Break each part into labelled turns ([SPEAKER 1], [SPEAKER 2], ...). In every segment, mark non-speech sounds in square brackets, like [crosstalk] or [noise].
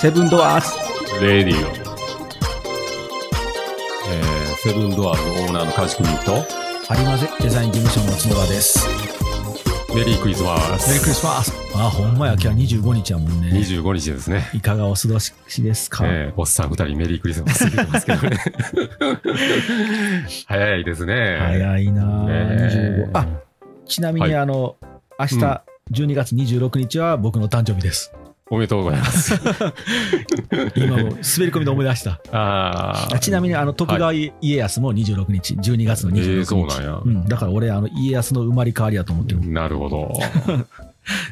[SPEAKER 1] セブンドアーズ
[SPEAKER 2] レディオ。えー、セブンドアーズオーナーの川地君と、
[SPEAKER 3] ありません。デザイン事務所の角田です。
[SPEAKER 2] メリークリスマ
[SPEAKER 3] メリークリ
[SPEAKER 2] ス。
[SPEAKER 3] スマスあ、ほんまや、今日は25日やもんね。
[SPEAKER 2] 25日ですね。
[SPEAKER 3] いかがお過ごしですか、
[SPEAKER 2] えー、おっさん二人メリークリスマス言ってますけどね。
[SPEAKER 3] [laughs]
[SPEAKER 2] 早いですね。
[SPEAKER 3] 早いなあ、
[SPEAKER 2] ね
[SPEAKER 3] 25。あ、ちなみ
[SPEAKER 2] はい
[SPEAKER 3] に、あの、明日、12月26日は僕の誕生日です。
[SPEAKER 2] おめでとうござい
[SPEAKER 3] [laughs]
[SPEAKER 2] ます。
[SPEAKER 3] 今も滑り込みで思い出した。
[SPEAKER 2] [laughs] あ
[SPEAKER 3] あちなみに、あの、徳川家康も26日、12月の26日。
[SPEAKER 2] えーそうなんや
[SPEAKER 3] うん、だから俺、あの、家康の生まれ変わりやと思ってる。
[SPEAKER 2] に。なるほ
[SPEAKER 3] [laughs]
[SPEAKER 2] ど。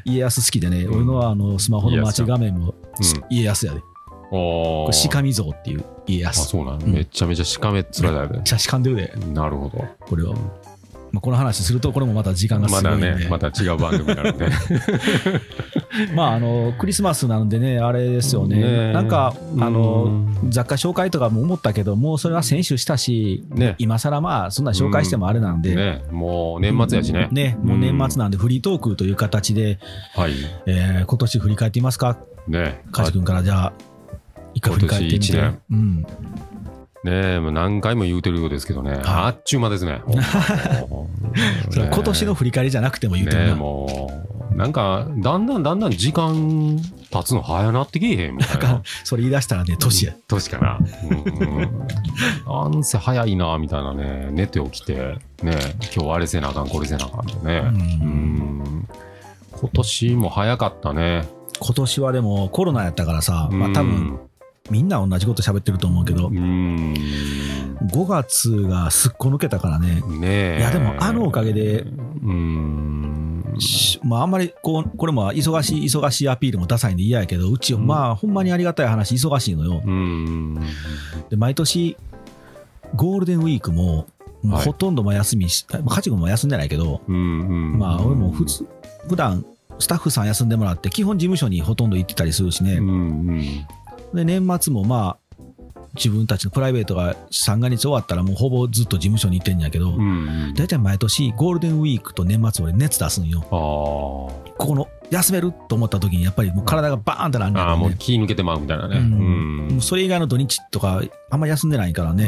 [SPEAKER 3] 家康好きでね、
[SPEAKER 2] うん
[SPEAKER 3] 俺のあのスマホの待ち画面も
[SPEAKER 2] 康か
[SPEAKER 3] 家康やで。
[SPEAKER 2] お
[SPEAKER 3] こ
[SPEAKER 2] ー
[SPEAKER 3] れ、鹿見像っていう家
[SPEAKER 2] あ、
[SPEAKER 3] 康。
[SPEAKER 2] そうなん
[SPEAKER 3] うん
[SPEAKER 2] めちゃめちゃしかめっ面だよね
[SPEAKER 3] めっ。ちゃしかんでるで、
[SPEAKER 2] なるほど。
[SPEAKER 3] これは。まあ、この話すると、これもまた時間がすご
[SPEAKER 2] ま
[SPEAKER 3] いん
[SPEAKER 2] だ
[SPEAKER 3] で、
[SPEAKER 2] ね、また違う番組になる
[SPEAKER 3] [laughs]
[SPEAKER 2] ね。
[SPEAKER 3] まあ、あのクリスマスなんでね、あれですよね、
[SPEAKER 2] ねえ
[SPEAKER 3] なんかあ
[SPEAKER 2] う
[SPEAKER 3] の
[SPEAKER 2] ん
[SPEAKER 3] 雑貨紹介とかも思ったけど、もうそれは先週したし、
[SPEAKER 2] ね。
[SPEAKER 3] 今更まあ、そんな紹介してもあれなんで、
[SPEAKER 2] ね、もう年末やしね。
[SPEAKER 3] ねもう年末なんで、フリートークという形で、
[SPEAKER 2] はい。
[SPEAKER 3] えー今年振り返ってみますか、
[SPEAKER 2] ね。
[SPEAKER 3] 梶君からじゃあ、一回振り返ってみて、
[SPEAKER 2] 今年
[SPEAKER 3] うん、
[SPEAKER 2] ねえ、もう何回も言うてるようですけどね、あっちゅう間です
[SPEAKER 3] [laughs]
[SPEAKER 2] ね。ほんまに
[SPEAKER 3] それは今年の振り返りじゃなくても言うて
[SPEAKER 2] ね
[SPEAKER 3] る
[SPEAKER 2] え
[SPEAKER 3] な、
[SPEAKER 2] もう、なんか、だんだんだんだん時間経つの早なってけえへんみた
[SPEAKER 3] な
[SPEAKER 2] い
[SPEAKER 3] ん
[SPEAKER 2] な
[SPEAKER 3] か。それ言い出したらね、年や、
[SPEAKER 2] 年かな。
[SPEAKER 3] [laughs]
[SPEAKER 2] うん。なんせ早いな、みたいなね。寝て起きて、ねえ今日あれせなあかん、これせなあかんってね。
[SPEAKER 3] う
[SPEAKER 2] うんん。今年も早かったね。
[SPEAKER 3] 今年はでもコロナやったからさ、まあ多
[SPEAKER 2] う
[SPEAKER 3] 分
[SPEAKER 2] ん
[SPEAKER 3] みんな同じこと喋ってると思うけど、
[SPEAKER 2] うん。
[SPEAKER 3] 5月がすっこ抜けたからね、
[SPEAKER 2] ねえ。
[SPEAKER 3] いやでもあのおかげで
[SPEAKER 2] うん。
[SPEAKER 3] しまあ、あんまりこうこれも忙しい、忙しいアピールもダサいんで嫌やけど、うち、
[SPEAKER 2] うん
[SPEAKER 3] まあ、ほんまにありがたい話、忙しいのよ。
[SPEAKER 2] うん。
[SPEAKER 3] で毎年、ゴールデンウィークも、もう
[SPEAKER 2] はい
[SPEAKER 3] ほとんどまあ休みし、まあ、家畜も休んでないけど、
[SPEAKER 2] うん。
[SPEAKER 3] まあ、俺も普通普段スタッフさん休んでもらって、基本事務所にほとんど行ってたりするし
[SPEAKER 2] う
[SPEAKER 3] ね、
[SPEAKER 2] んうん。
[SPEAKER 3] で年末もまあ、自分たちのプライベートが三が日終わったら、もうほぼずっと事務所に行ってんやけど
[SPEAKER 2] う、ん。
[SPEAKER 3] 大体毎年、ゴールデンウィークと年末、俺、熱出すんよ。
[SPEAKER 2] あー
[SPEAKER 3] ここの休めると思った時にやっぱりもう体がバーンってなるんだ
[SPEAKER 2] あー、
[SPEAKER 3] よ
[SPEAKER 2] もう
[SPEAKER 3] ね、
[SPEAKER 2] 気抜けてまうみたいなね。
[SPEAKER 3] う
[SPEAKER 2] うん
[SPEAKER 3] も
[SPEAKER 2] ん
[SPEAKER 3] う。それ以外の土日とかあんま休んでないからね、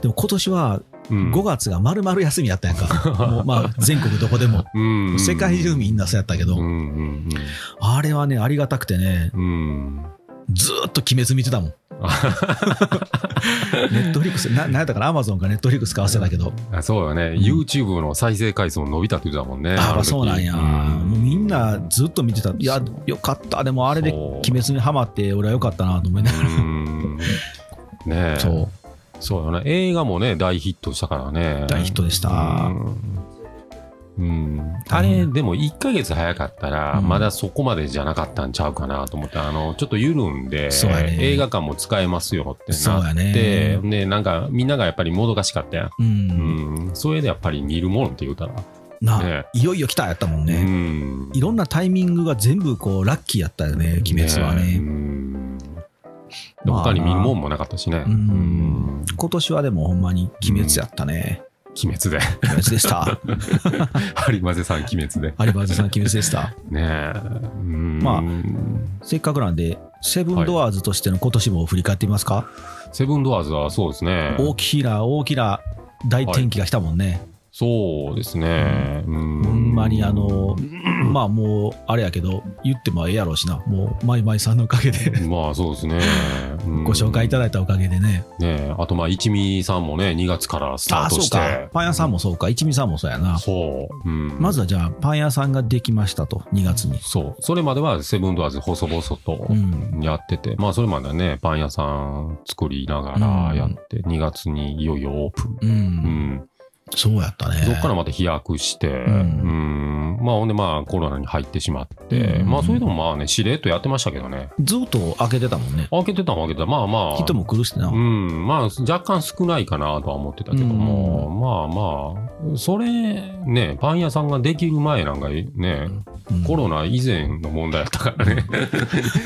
[SPEAKER 3] でも今年は5
[SPEAKER 2] 月
[SPEAKER 3] 月がまるまる休みやったやんか、
[SPEAKER 2] [laughs]
[SPEAKER 3] もうまあ全国どこでも、
[SPEAKER 2] うん。
[SPEAKER 3] 世界中みんなそうやったけど、
[SPEAKER 2] うんうん
[SPEAKER 3] あれはねありがたくてね
[SPEAKER 2] うん。うん。
[SPEAKER 3] ずーっと鬼滅見てたもんネットフリックスななんやったかなアマゾンかネットフリックスか忘れたけど、
[SPEAKER 2] あそうよね、YouTube の再生回数も伸びたって言ってたもんね。
[SPEAKER 3] あ
[SPEAKER 2] の
[SPEAKER 3] あ
[SPEAKER 2] 時
[SPEAKER 3] そうなんや、もうみんなずっと見てたいやよかったでもあれで
[SPEAKER 2] そう
[SPEAKER 3] 鬼滅にはまって俺はよかったなと思いながら、
[SPEAKER 2] うんねえ、
[SPEAKER 3] そう
[SPEAKER 2] そうよね、映画もね、大ヒットしたからね。
[SPEAKER 3] 大ヒットでした、
[SPEAKER 2] うんうん、あれ、でも1ヶ月早かったら、
[SPEAKER 3] うん
[SPEAKER 2] まだそこまでじゃなかったんちゃうかなと思って、あのちょっと緩んで、
[SPEAKER 3] そうやね
[SPEAKER 2] 映画館も使えますよって
[SPEAKER 3] そう
[SPEAKER 2] な
[SPEAKER 3] や
[SPEAKER 2] っ
[SPEAKER 3] ね
[SPEAKER 2] て、ね、なんかみんながやっぱりもどかしかったやん。
[SPEAKER 3] うん、
[SPEAKER 2] うん、それでやっぱり見るもんって言うたら、
[SPEAKER 3] なあ、
[SPEAKER 2] ね
[SPEAKER 3] いよいよ来たやったもん
[SPEAKER 2] う
[SPEAKER 3] ね、
[SPEAKER 2] ん、
[SPEAKER 3] いろんなタイミングが全部こうラッキーやったよね鬼滅はね
[SPEAKER 2] うんで
[SPEAKER 3] まあ
[SPEAKER 2] 他に見るもんもなかったしね。
[SPEAKER 3] うん
[SPEAKER 2] うん
[SPEAKER 3] 今年はでもほんまに鬼滅やったね、
[SPEAKER 2] 鬼滅で。 [laughs]
[SPEAKER 3] 鬼滅でした
[SPEAKER 2] 有馬瀬さん、鬼滅で。
[SPEAKER 3] 有馬津さん鬼滅でした
[SPEAKER 2] ねえ。ま
[SPEAKER 3] ませっかくなんでセブンドアーズとしての今年も振り返ってみますか、
[SPEAKER 2] あ、セブンドアーズはそうですね。
[SPEAKER 3] 大きな大きな大転機が来たもんね、
[SPEAKER 2] そうですね。うん
[SPEAKER 3] ほんまにあ、のまあもうあれやけど言ってもええやろうしなもうマイマイさんのおかげで
[SPEAKER 2] まあそうですね。うん
[SPEAKER 3] ご紹介いただいたおかげでね
[SPEAKER 2] ねえあとまあ、一味さんもね、2月からスタ
[SPEAKER 3] ああ
[SPEAKER 2] ート
[SPEAKER 3] そう
[SPEAKER 2] して。
[SPEAKER 3] かパン屋さんもそうか一味さんもそうやな
[SPEAKER 2] そう。うん
[SPEAKER 3] まずはじゃあパン屋さんができましたと2月に
[SPEAKER 2] そう。それまではセブンドアーズ細々と
[SPEAKER 3] うん
[SPEAKER 2] やってて、まあそれまではね、パン屋さん作りながらやって、2月にいよいよオープン。
[SPEAKER 3] うん、
[SPEAKER 2] うん。
[SPEAKER 3] そうやったね
[SPEAKER 2] そっからまた飛躍して、うんん。まあほんでまあコロナに入ってしまって、
[SPEAKER 3] うん
[SPEAKER 2] まあそれでもまあね、しれっとやってましたけどね。
[SPEAKER 3] ずっと開けてたもんね
[SPEAKER 2] 開けてたわけだ。まあまあ。
[SPEAKER 3] 人も苦しいな、
[SPEAKER 2] うん、まあ若干少ないかなとは思ってたけども、まあまあ、それね、パン屋さんができる前なんかね、
[SPEAKER 3] うん
[SPEAKER 2] コロナ以前の問題やったか
[SPEAKER 3] [laughs]
[SPEAKER 2] らね、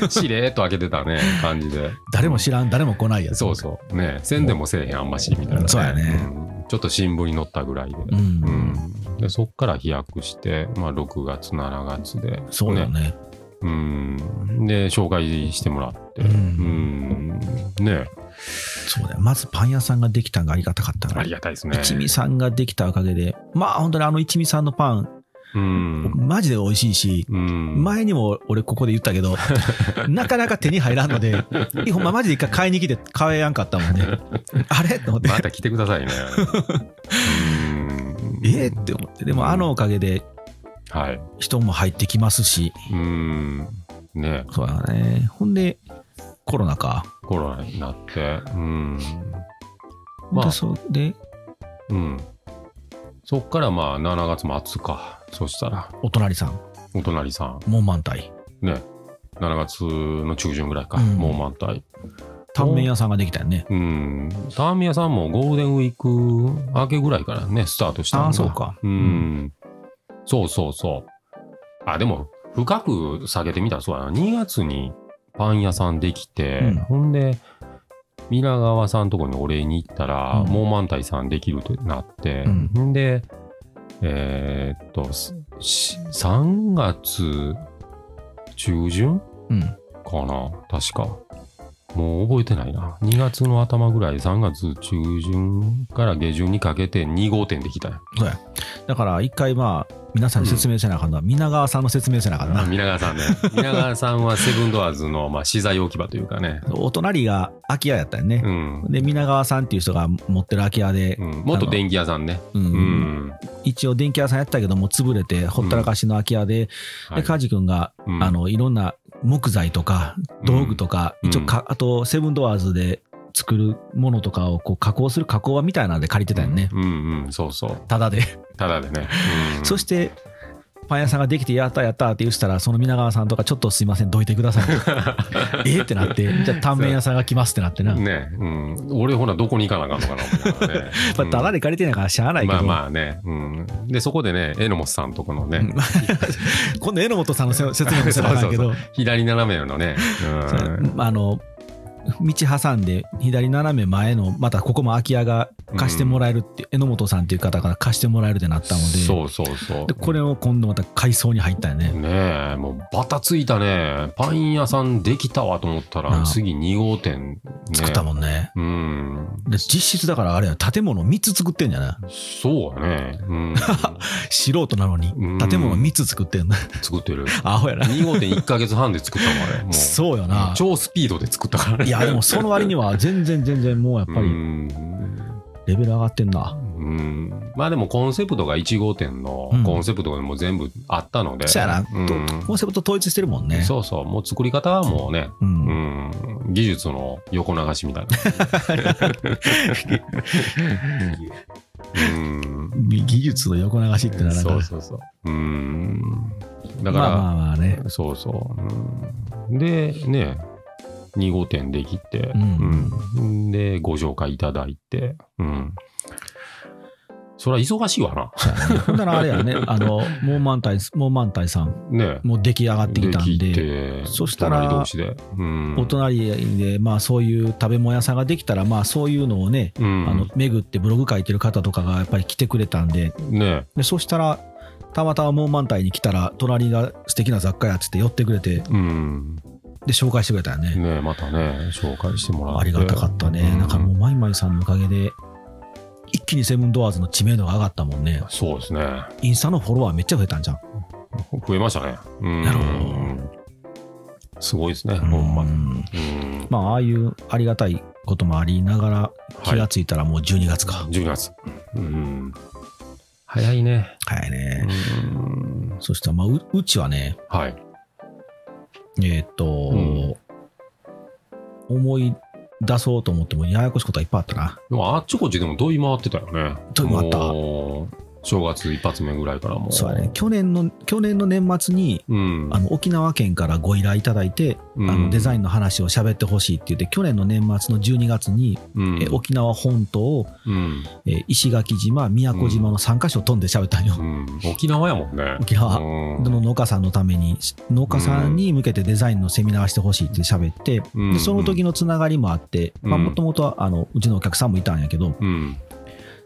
[SPEAKER 2] しれーっと開けてたね、感じで。
[SPEAKER 3] 誰も知らん誰も来ないやつ
[SPEAKER 2] そうそう。ね、宣伝もせえへん、あんまし、みたいな、
[SPEAKER 3] そうやね
[SPEAKER 2] うんちょっと新聞に載ったぐらいで。
[SPEAKER 3] うん、
[SPEAKER 2] うんでそっから飛躍して、まあ、6月、7月で、
[SPEAKER 3] そうだよね
[SPEAKER 2] うん、で紹介してもらって、
[SPEAKER 3] うん
[SPEAKER 2] うん、ね
[SPEAKER 3] そうだよまずパン屋さんができたんがありがたかったな
[SPEAKER 2] ありがたいですね。
[SPEAKER 3] 一味さんができたおかげでまあ本当にあの一味さんのパン、
[SPEAKER 2] うん、
[SPEAKER 3] マジで美味しいし、
[SPEAKER 2] うん、
[SPEAKER 3] 前にも俺ここで言ったけ
[SPEAKER 2] [laughs]
[SPEAKER 3] どなかなか手に入らんのでほんまマジで一回買いに来て買えやんかったもんね
[SPEAKER 2] [laughs]
[SPEAKER 3] あれと思って
[SPEAKER 2] また来てください
[SPEAKER 3] [laughs]
[SPEAKER 2] ね。うん
[SPEAKER 3] ええって思ってでもあのおかげで
[SPEAKER 2] はい。
[SPEAKER 3] 人も入ってきますし
[SPEAKER 2] うん。ね
[SPEAKER 3] そうだねほんでコロナか
[SPEAKER 2] コロナになって。うん。まあ
[SPEAKER 3] まあ、そうで
[SPEAKER 2] うん。そっからまあ7月末か。そしたら、
[SPEAKER 3] お隣さん
[SPEAKER 2] お隣さん。
[SPEAKER 3] もう満体
[SPEAKER 2] ね。7月の中旬ぐらいか。
[SPEAKER 3] うん
[SPEAKER 2] もう満体。
[SPEAKER 3] タンメン屋さんができたよね
[SPEAKER 2] うん。ターミヤさんもゴールデンウィーク明けぐらいからね、スタートしたんだ
[SPEAKER 3] ああそうか
[SPEAKER 2] うん。そうそうそう。あ、でも、深く下げてみたらそうだな。2月にパン屋さんできて、
[SPEAKER 3] うん
[SPEAKER 2] ほんで、ミラガワさんとこにお礼に行ったら、
[SPEAKER 3] うん
[SPEAKER 2] もう満体さんできるとなって、
[SPEAKER 3] うん
[SPEAKER 2] んで、えーっと、し3月中旬
[SPEAKER 3] うん
[SPEAKER 2] かな確か。もう覚えてないな。2月の頭ぐらい、3月中旬から下旬にかけて2号店できたよ。
[SPEAKER 3] そうやだから一回まあ皆さんに説明せなあかんのは、皆川さんの説明せなあかんな、
[SPEAKER 2] 皆川
[SPEAKER 3] [laughs]
[SPEAKER 2] さんね。皆川さんはセブンドアーズの、まあ、資材置き場というかね。
[SPEAKER 3] お隣が空き家やったよね
[SPEAKER 2] う、ん。
[SPEAKER 3] で皆川さんっていう人が持ってる空き家で
[SPEAKER 2] う、ん、元電気屋さんね。
[SPEAKER 3] うん
[SPEAKER 2] うん。
[SPEAKER 3] 一応電気屋さんやったけどもう潰れてほったらかしの空き家で、
[SPEAKER 2] はい
[SPEAKER 3] で梶君が、
[SPEAKER 2] うん
[SPEAKER 3] あのいろんな木材とか道具とか、
[SPEAKER 2] うん
[SPEAKER 3] 一応かあとセブンドアーズで作るものとかをこう加工する加工場みたいなので借りてたよね、
[SPEAKER 2] うんうん、そうそう。
[SPEAKER 3] ただで、
[SPEAKER 2] ただでね。うん
[SPEAKER 3] そしてパン屋さんができてやったやったって言うしたらその皆川さんとかちょっとすいませんどいてく
[SPEAKER 2] [laughs]
[SPEAKER 3] ださいえってなってじゃあタンメン屋さんが来ますってなってな、
[SPEAKER 2] ね、うん、俺ほらどこに行かなあかんのかな思いながらね
[SPEAKER 3] [laughs] まあ、ただで借りてないからしゃあないけど、
[SPEAKER 2] まあまあね、うん、でそこでね榎本さんとこのね、
[SPEAKER 3] 今度榎本さんのせ説明もせなあかんけ
[SPEAKER 2] そう
[SPEAKER 3] ど
[SPEAKER 2] [laughs] 左斜めのね、
[SPEAKER 3] [laughs]
[SPEAKER 2] うん
[SPEAKER 3] あの道挟んで左斜め前のまたここも空き家が貸してもらえるって、榎本さんっていう方から貸してもらえるってなったので
[SPEAKER 2] そうそうそう
[SPEAKER 3] でこれを今度また改装に入ったよね、
[SPEAKER 2] ねえもうバタついたねパン屋さんできたわと思った
[SPEAKER 3] あ
[SPEAKER 2] ら
[SPEAKER 3] あ
[SPEAKER 2] 次2号店、ね、
[SPEAKER 3] 作ったもんね
[SPEAKER 2] うん
[SPEAKER 3] で実質だからあれや建物3つ作ってんじゃない
[SPEAKER 2] そうやね、
[SPEAKER 3] [laughs]
[SPEAKER 2] うん、
[SPEAKER 3] 素人なのに
[SPEAKER 2] うん
[SPEAKER 3] 建物3つ作ってんの [laughs]
[SPEAKER 2] 作ってる
[SPEAKER 3] アホやな
[SPEAKER 2] 2号店1か月半で作ったもんあれもう
[SPEAKER 3] そうよな
[SPEAKER 2] 超スピードで作ったからね
[SPEAKER 3] いやでもその割には全然全然もうやっぱ
[SPEAKER 2] う
[SPEAKER 3] り
[SPEAKER 2] ん
[SPEAKER 3] レベル上がってんな、
[SPEAKER 2] うんまあでもコンセプトが1号店の
[SPEAKER 3] うん
[SPEAKER 2] コンセプトがもう全部あったので、
[SPEAKER 3] そやな、
[SPEAKER 2] うん
[SPEAKER 3] とコンセプト統一してるもんね
[SPEAKER 2] そうそうもう作り方はもうね、
[SPEAKER 3] う、
[SPEAKER 2] うんん、技術の横流しみたいな。うん
[SPEAKER 3] 技術の横流しってならなんか
[SPEAKER 2] そうそうそう。うん。だから、
[SPEAKER 3] まあまあまあね
[SPEAKER 2] そうそう、うんで、ね、2号店できて、
[SPEAKER 3] うん
[SPEAKER 2] うんで、ご紹介いただいて、うん。そりゃ忙しいわな。
[SPEAKER 3] ほんならあれ
[SPEAKER 2] [laughs]
[SPEAKER 3] やね、あの、モーマンタイ、モーマンタイさん、
[SPEAKER 2] ね。
[SPEAKER 3] もう出来上がってきたん
[SPEAKER 2] でき
[SPEAKER 3] で、
[SPEAKER 2] て
[SPEAKER 3] そしたら
[SPEAKER 2] 隣同士で。うん。
[SPEAKER 3] お隣で、まあそういう食べ物屋さんができたら、まあそういうのをね、
[SPEAKER 2] うん、
[SPEAKER 3] あの、巡ってブログ書いてる方とかがやっぱり来てくれたんで、
[SPEAKER 2] ね。
[SPEAKER 3] でそしたら、たまたまモーマンタイに来たら、隣が素敵な雑貨やっつって寄ってくれて、
[SPEAKER 2] うん。
[SPEAKER 3] で、紹介してくれたよね。
[SPEAKER 2] ねまたね、紹介してもらって。
[SPEAKER 3] ありがたかったね。なんかもう、マイマイさんのおかげで、一気にセブンドアーズの知名度が上がったもんね。
[SPEAKER 2] そうですね。
[SPEAKER 3] インスタのフォロワーめっちゃ増えたんじゃん。
[SPEAKER 2] 増えましたね。うん
[SPEAKER 3] なるほ
[SPEAKER 2] ど。すごいですね、ほんまに。
[SPEAKER 3] うん
[SPEAKER 2] うん
[SPEAKER 3] まあ、ああいうありがたいこともありながら、気がついたらもう12月か。
[SPEAKER 2] 12月。うん。早いね。
[SPEAKER 3] 早いね。
[SPEAKER 2] うん。
[SPEAKER 3] そしたら、まあ、ううちはね、
[SPEAKER 2] はい。
[SPEAKER 3] えーっ、と、思い出そうと思っても、ややこしいことはいっぱいあったな。
[SPEAKER 2] でもあっちこっちでも問い回ってたよね。
[SPEAKER 3] 問い回った
[SPEAKER 2] もう正月一発目ぐらいからもう。
[SPEAKER 3] そうやね。去年の、去年の年末に、
[SPEAKER 2] うん。
[SPEAKER 3] あの沖縄県からご依頼いただいて、
[SPEAKER 2] うん
[SPEAKER 3] あのデザインの話を喋ってほしいって言って、去年の年末の12月に、
[SPEAKER 2] うん、
[SPEAKER 3] え沖縄本島、
[SPEAKER 2] うん
[SPEAKER 3] えー石垣島、宮古島の3カ所飛んで喋ったんよ。
[SPEAKER 2] うん沖縄やもんね。
[SPEAKER 3] 沖縄
[SPEAKER 2] うん
[SPEAKER 3] その農家さんのために農家さんに向けてデザインのセミナーしてほしいって喋って、
[SPEAKER 2] うん
[SPEAKER 3] でその時のつながりもあって
[SPEAKER 2] うん
[SPEAKER 3] もともとうちのお客さんもいたんやけど
[SPEAKER 2] うん。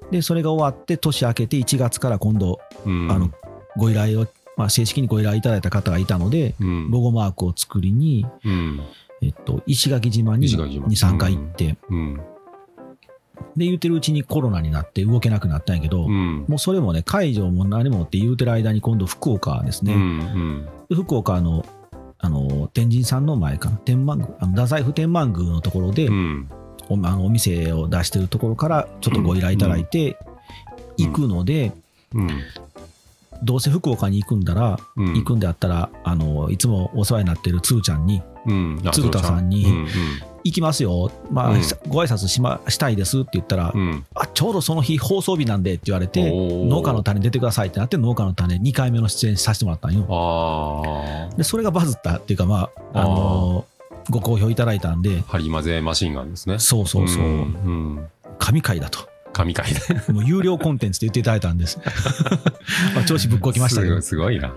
[SPEAKER 3] でそれが終わって年明けて1月から今度、
[SPEAKER 2] うん。
[SPEAKER 3] あのご依頼をまあ、正式にご依頼いただいた方がいたので、
[SPEAKER 2] うん。
[SPEAKER 3] ロゴマークを作りに、
[SPEAKER 2] うん。
[SPEAKER 3] えっと、石垣島に
[SPEAKER 2] 石垣島
[SPEAKER 3] 2、3回行って、
[SPEAKER 2] うん。
[SPEAKER 3] で、言ってるうちにコロナになって動けなくなったんやけど、
[SPEAKER 2] うん。
[SPEAKER 3] もうそれもね、解除も何もって言うてる間に今度福岡です
[SPEAKER 2] う
[SPEAKER 3] ね。
[SPEAKER 2] ん。うん。
[SPEAKER 3] で福岡の、あの、天神さんの前かな。天満宮、あの太宰府天満宮のところで、
[SPEAKER 2] うん。
[SPEAKER 3] おあのお店を出してるところからちょっとご依頼いただいて
[SPEAKER 2] うん
[SPEAKER 3] 行くので、
[SPEAKER 2] うん。
[SPEAKER 3] どうせ福岡に行くんだら、
[SPEAKER 2] うん
[SPEAKER 3] 行くんであったらあのいつもお世話になってるつーちゃんに
[SPEAKER 2] うん。あ
[SPEAKER 3] 鶴田さんに
[SPEAKER 2] うん。
[SPEAKER 3] 「行きますよ、まあ
[SPEAKER 2] うん
[SPEAKER 3] ご挨拶し,、ま、したいです」って言ったら、
[SPEAKER 2] うんうん。
[SPEAKER 3] あ「ちょうどその日放送日なんで」って言われて「
[SPEAKER 2] おー
[SPEAKER 3] 農家の種出てください」ってなって農家の種2回目の出演させてもらったんよ
[SPEAKER 2] ああ。
[SPEAKER 3] でそれがバズったっていうかまああのご好評いただいたんで
[SPEAKER 2] ハリマゼマシンガンですね。
[SPEAKER 3] そうそうそう、
[SPEAKER 2] うん。うん
[SPEAKER 3] 神回だと
[SPEAKER 2] 神回だ。
[SPEAKER 3] もう有料コンテンツで言っていただいたんです。 [laughs] まあ調子ぶっこきましたけど、
[SPEAKER 2] すごいすごいな。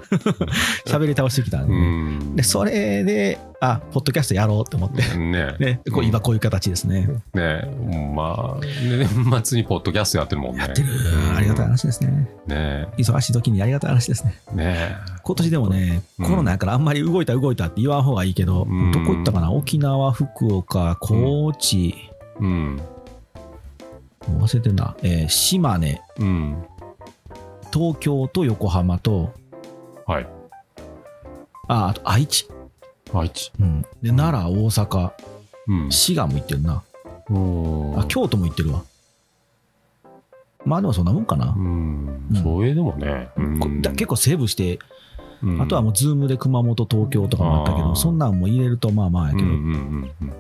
[SPEAKER 3] 喋り倒してきたん
[SPEAKER 2] う
[SPEAKER 3] で,、
[SPEAKER 2] ん。
[SPEAKER 3] で。それで、あ、ポッドキャストやろうと思って。
[SPEAKER 2] ね
[SPEAKER 3] ね、こう今こういう形ですね。
[SPEAKER 2] ねまあ、ね年末にポッドキャストやってるもんね。
[SPEAKER 3] やってる。ありがたい話ですね。
[SPEAKER 2] ね
[SPEAKER 3] 忙しい時にありがたい話ですね。
[SPEAKER 2] ね
[SPEAKER 3] 今年でもね、
[SPEAKER 2] うん
[SPEAKER 3] コロナやからあんまり動いた動いたって言わん方がいいけど、
[SPEAKER 2] うん
[SPEAKER 3] どこ行ったかな沖縄、福岡、高知、
[SPEAKER 2] うん。
[SPEAKER 3] もう忘れてるな、えー島根、
[SPEAKER 2] うん。
[SPEAKER 3] 東京と横浜と、
[SPEAKER 2] はい。
[SPEAKER 3] あ、あと愛知、
[SPEAKER 2] 愛知。
[SPEAKER 3] うん、で奈良、大阪、
[SPEAKER 2] うん。
[SPEAKER 3] 滋賀も行ってるな。
[SPEAKER 2] おー
[SPEAKER 3] あ京都も行ってるわまあでもそんなもんかな
[SPEAKER 2] う、ん。それでもね。
[SPEAKER 3] こ
[SPEAKER 2] うん
[SPEAKER 3] だ結構セーブして、
[SPEAKER 2] うん
[SPEAKER 3] あとはもうズームで熊本東京とかもあったけ
[SPEAKER 2] あー
[SPEAKER 3] どそんなんも入れるとまあまあや
[SPEAKER 2] うん
[SPEAKER 3] け
[SPEAKER 2] う
[SPEAKER 3] ど、
[SPEAKER 2] んうんうん。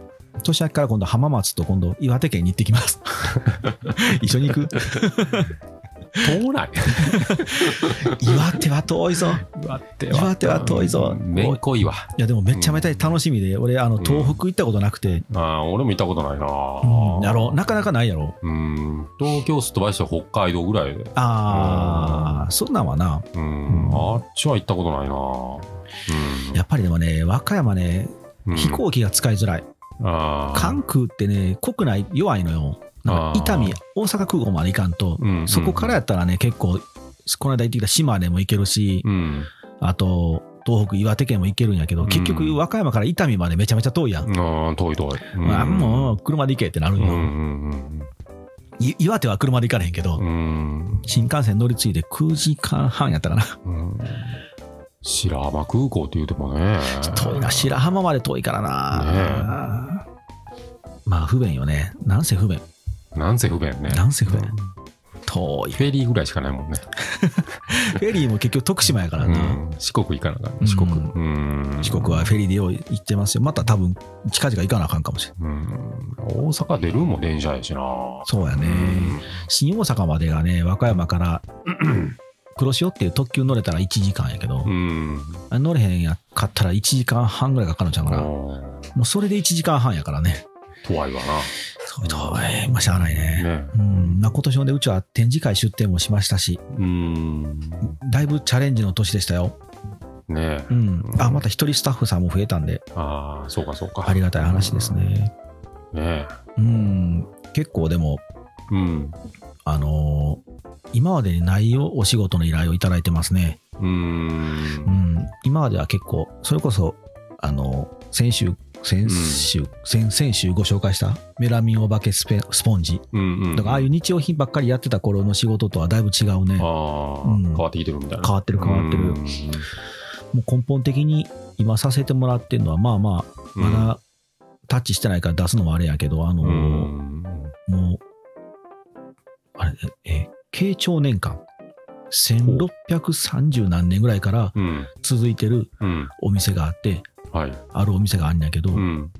[SPEAKER 3] 年明けから今度浜松と今度岩手県に行ってきます
[SPEAKER 2] [laughs]
[SPEAKER 3] 一緒に行く
[SPEAKER 2] 遠ない。
[SPEAKER 3] 岩手は遠いぞ
[SPEAKER 2] 岩手
[SPEAKER 3] は岩手は遠いぞ
[SPEAKER 2] めんこいわ。
[SPEAKER 3] いやでもめちゃめちゃ楽しみで俺あの東北行ったことなくて、
[SPEAKER 2] あー俺も行ったことないな
[SPEAKER 3] うん、やろなかなかないやろ
[SPEAKER 2] うん。東京すっ飛ばして北海道ぐらいで。
[SPEAKER 3] ああそんなんはな
[SPEAKER 2] うん。
[SPEAKER 3] うん
[SPEAKER 2] あっちは行ったことないな
[SPEAKER 3] やっぱりでもね和歌山ね
[SPEAKER 2] うん。
[SPEAKER 3] 飛行機が使いづらい
[SPEAKER 2] あー
[SPEAKER 3] 関空ってね、国内弱いのよ。なんか伊丹
[SPEAKER 2] あー、
[SPEAKER 3] 大阪空港まで行かんと、
[SPEAKER 2] うんうん
[SPEAKER 3] そこからやったらね、結構、この間行ってきた島根も行けるし、
[SPEAKER 2] うん。
[SPEAKER 3] あと、東北、岩手県も行けるんやけど、
[SPEAKER 2] うん
[SPEAKER 3] 結局、和歌山から伊丹までめちゃめちゃ遠いやん。
[SPEAKER 2] ああ、遠い遠い。
[SPEAKER 3] あもう、車で行けってなる
[SPEAKER 2] うんん。
[SPEAKER 3] よ、
[SPEAKER 2] うん
[SPEAKER 3] い岩手は車で行かれへんけど、
[SPEAKER 2] うんうん。
[SPEAKER 3] 新幹線乗り継いで9時間半やったかな。
[SPEAKER 2] うん。白浜空港って言うてもね。
[SPEAKER 3] 遠いな、白浜まで遠いからな。まあ、不便よね。なんせ不便。
[SPEAKER 2] なんせ不便ね。
[SPEAKER 3] なんせ不
[SPEAKER 2] う
[SPEAKER 3] 便
[SPEAKER 2] ん。
[SPEAKER 3] 遠い。
[SPEAKER 2] フェリーぐらいしかないもんね。
[SPEAKER 3] フェリーも結局徳島やからな。
[SPEAKER 2] うん四国行かなあかん。四国。
[SPEAKER 3] う
[SPEAKER 2] うん。
[SPEAKER 3] 四国はフェリーでよう行ってますよ。また多分近々行かなあかんかもしれん。
[SPEAKER 2] うん。大阪出るんも電車やしな。
[SPEAKER 3] そうやね。新大阪までがね、和歌山
[SPEAKER 2] [clears throat]
[SPEAKER 3] から黒潮っていう特急乗れたら1時間やけど
[SPEAKER 2] う、ん。
[SPEAKER 3] あれ乗れへんやかったら1時間半ぐらいかかるんちゃう
[SPEAKER 2] あ
[SPEAKER 3] かな。も
[SPEAKER 2] ー
[SPEAKER 3] うそれで1時間半やからね。
[SPEAKER 2] 怖いわ
[SPEAKER 3] そういうとこえーまあしゃあない
[SPEAKER 2] な。
[SPEAKER 3] ね。
[SPEAKER 2] ね。
[SPEAKER 3] うんまあ、今年もね、うちは展示会出展もしましたし、
[SPEAKER 2] うん。
[SPEAKER 3] だいぶチャレンジの年でしたよ。
[SPEAKER 2] ね
[SPEAKER 3] うん。あ、また一人スタッフさんも増えたんで、
[SPEAKER 2] ああ、そうかそうか。
[SPEAKER 3] ありがたい話ですね。
[SPEAKER 2] ね
[SPEAKER 3] うん。結構でも、
[SPEAKER 2] うん。
[SPEAKER 3] あのー今までにないお仕事の依頼をいただいてますね。
[SPEAKER 2] う。
[SPEAKER 3] うんん、今までは結構、それこそ、あのー先週、先週、先先週ご紹介したメラミンお化けスペスポンジ
[SPEAKER 2] うんうん。
[SPEAKER 3] とか、ああいう日用品ばっかりやってた頃の仕事とはだいぶ違うね。
[SPEAKER 2] ああ、
[SPEAKER 3] うん
[SPEAKER 2] 変わってきてるみたいな。
[SPEAKER 3] 変わってる変わってる。もう根本的に今させてもらってるのは、まあまあ、
[SPEAKER 2] うん
[SPEAKER 3] まだタッチしてないから出すのもあれやけど、あの
[SPEAKER 2] う
[SPEAKER 3] ー
[SPEAKER 2] ん。
[SPEAKER 3] もう、あれ、えー、慶長年間、1630何年ぐらいから
[SPEAKER 2] うん。
[SPEAKER 3] 続いてる
[SPEAKER 2] うん。
[SPEAKER 3] お店があって、
[SPEAKER 2] はい。
[SPEAKER 3] あるお店があるんやけど、
[SPEAKER 2] うん。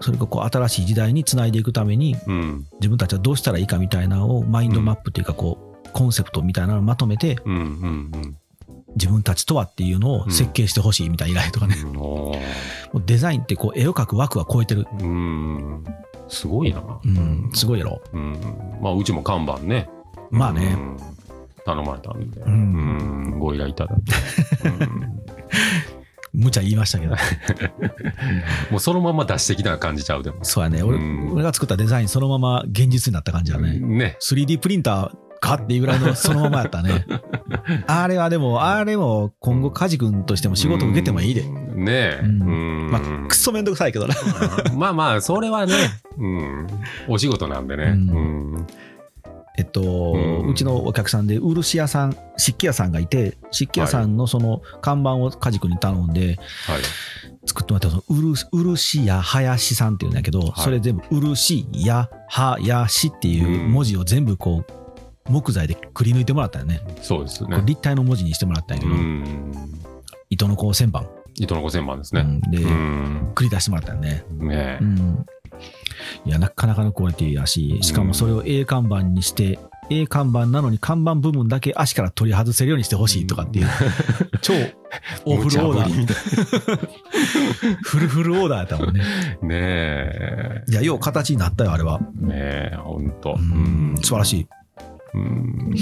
[SPEAKER 3] それがこう新しい時代につないでいくために、
[SPEAKER 2] うん。
[SPEAKER 3] 自分たちはどうしたらいいかみたいなのを、マインドマップっていうか、こう、コンセプトみたいなのをまとめて、
[SPEAKER 2] うん。うん。うん
[SPEAKER 3] 自分たちとはっていうのを設計してほしいみたいな依頼とか
[SPEAKER 2] [laughs]
[SPEAKER 3] ね、も
[SPEAKER 2] おー
[SPEAKER 3] うデザインってこう絵を描く枠は超えてる。
[SPEAKER 2] うん。すごいな。
[SPEAKER 3] うん、すごいやろ。
[SPEAKER 2] うん。まあ、うちも看板ね。
[SPEAKER 3] まあね
[SPEAKER 2] う、ん。頼まれたんで。
[SPEAKER 3] う
[SPEAKER 2] うんん。ご依頼いただいて。うん
[SPEAKER 3] 無茶言いましたけど、
[SPEAKER 2] もうそのまま出してきた感じちゃうでも。
[SPEAKER 3] そうやね、俺
[SPEAKER 2] うん
[SPEAKER 3] 俺が作ったデザインそのまま現実になった感じだね。
[SPEAKER 2] ね。
[SPEAKER 3] 3D プリンターかっていうぐらいの
[SPEAKER 2] [laughs]
[SPEAKER 3] そのままやったね。あれはでも、あれも今後、梶君としても仕事受けてもいいで。
[SPEAKER 2] うんねえ。
[SPEAKER 3] うん
[SPEAKER 2] うん
[SPEAKER 3] まあ、くっそめんどくさいけどな。
[SPEAKER 2] [laughs] まあまあ、それはね、うん、お仕事なんでね。う
[SPEAKER 3] うん
[SPEAKER 2] ん。
[SPEAKER 3] えっと、
[SPEAKER 2] うん
[SPEAKER 3] うちのお客さんで漆屋さん、漆器屋さんがいて、漆器屋さんのその看板を梶君に頼んで、
[SPEAKER 2] はい。
[SPEAKER 3] 作ってもらったその漆漆屋林さんっていうんだけど、
[SPEAKER 2] い
[SPEAKER 3] それ全部漆屋林っていう文字を全部こう、木材でくり抜いてもらったよね。
[SPEAKER 2] そうです
[SPEAKER 3] こう
[SPEAKER 2] ね。
[SPEAKER 3] 立体の文字にしてもらったんやけ
[SPEAKER 2] う
[SPEAKER 3] ど、
[SPEAKER 2] ん。
[SPEAKER 3] 糸のこう旋盤、
[SPEAKER 2] 糸の5000番です
[SPEAKER 3] う
[SPEAKER 2] ね。
[SPEAKER 3] んで、
[SPEAKER 2] うん。
[SPEAKER 3] 繰り出してもらったよね。
[SPEAKER 2] ね
[SPEAKER 3] う
[SPEAKER 2] え。
[SPEAKER 3] ん。いや、なかなかのクオリティやし、しかもそれを A 看板にして、A 看板なのに看板部分だけ足から取り外せるようにしてほしいとかっていう、超 [laughs] オフルオーダ
[SPEAKER 2] 無茶ぶり
[SPEAKER 3] ー、
[SPEAKER 2] みたい
[SPEAKER 3] フルフルオーダーやったもんね。
[SPEAKER 2] なね
[SPEAKER 3] いや、よう形になったよ、あれは。
[SPEAKER 2] え。ねえ、ほんと。
[SPEAKER 3] うん、素晴らしい。
[SPEAKER 2] い。うん。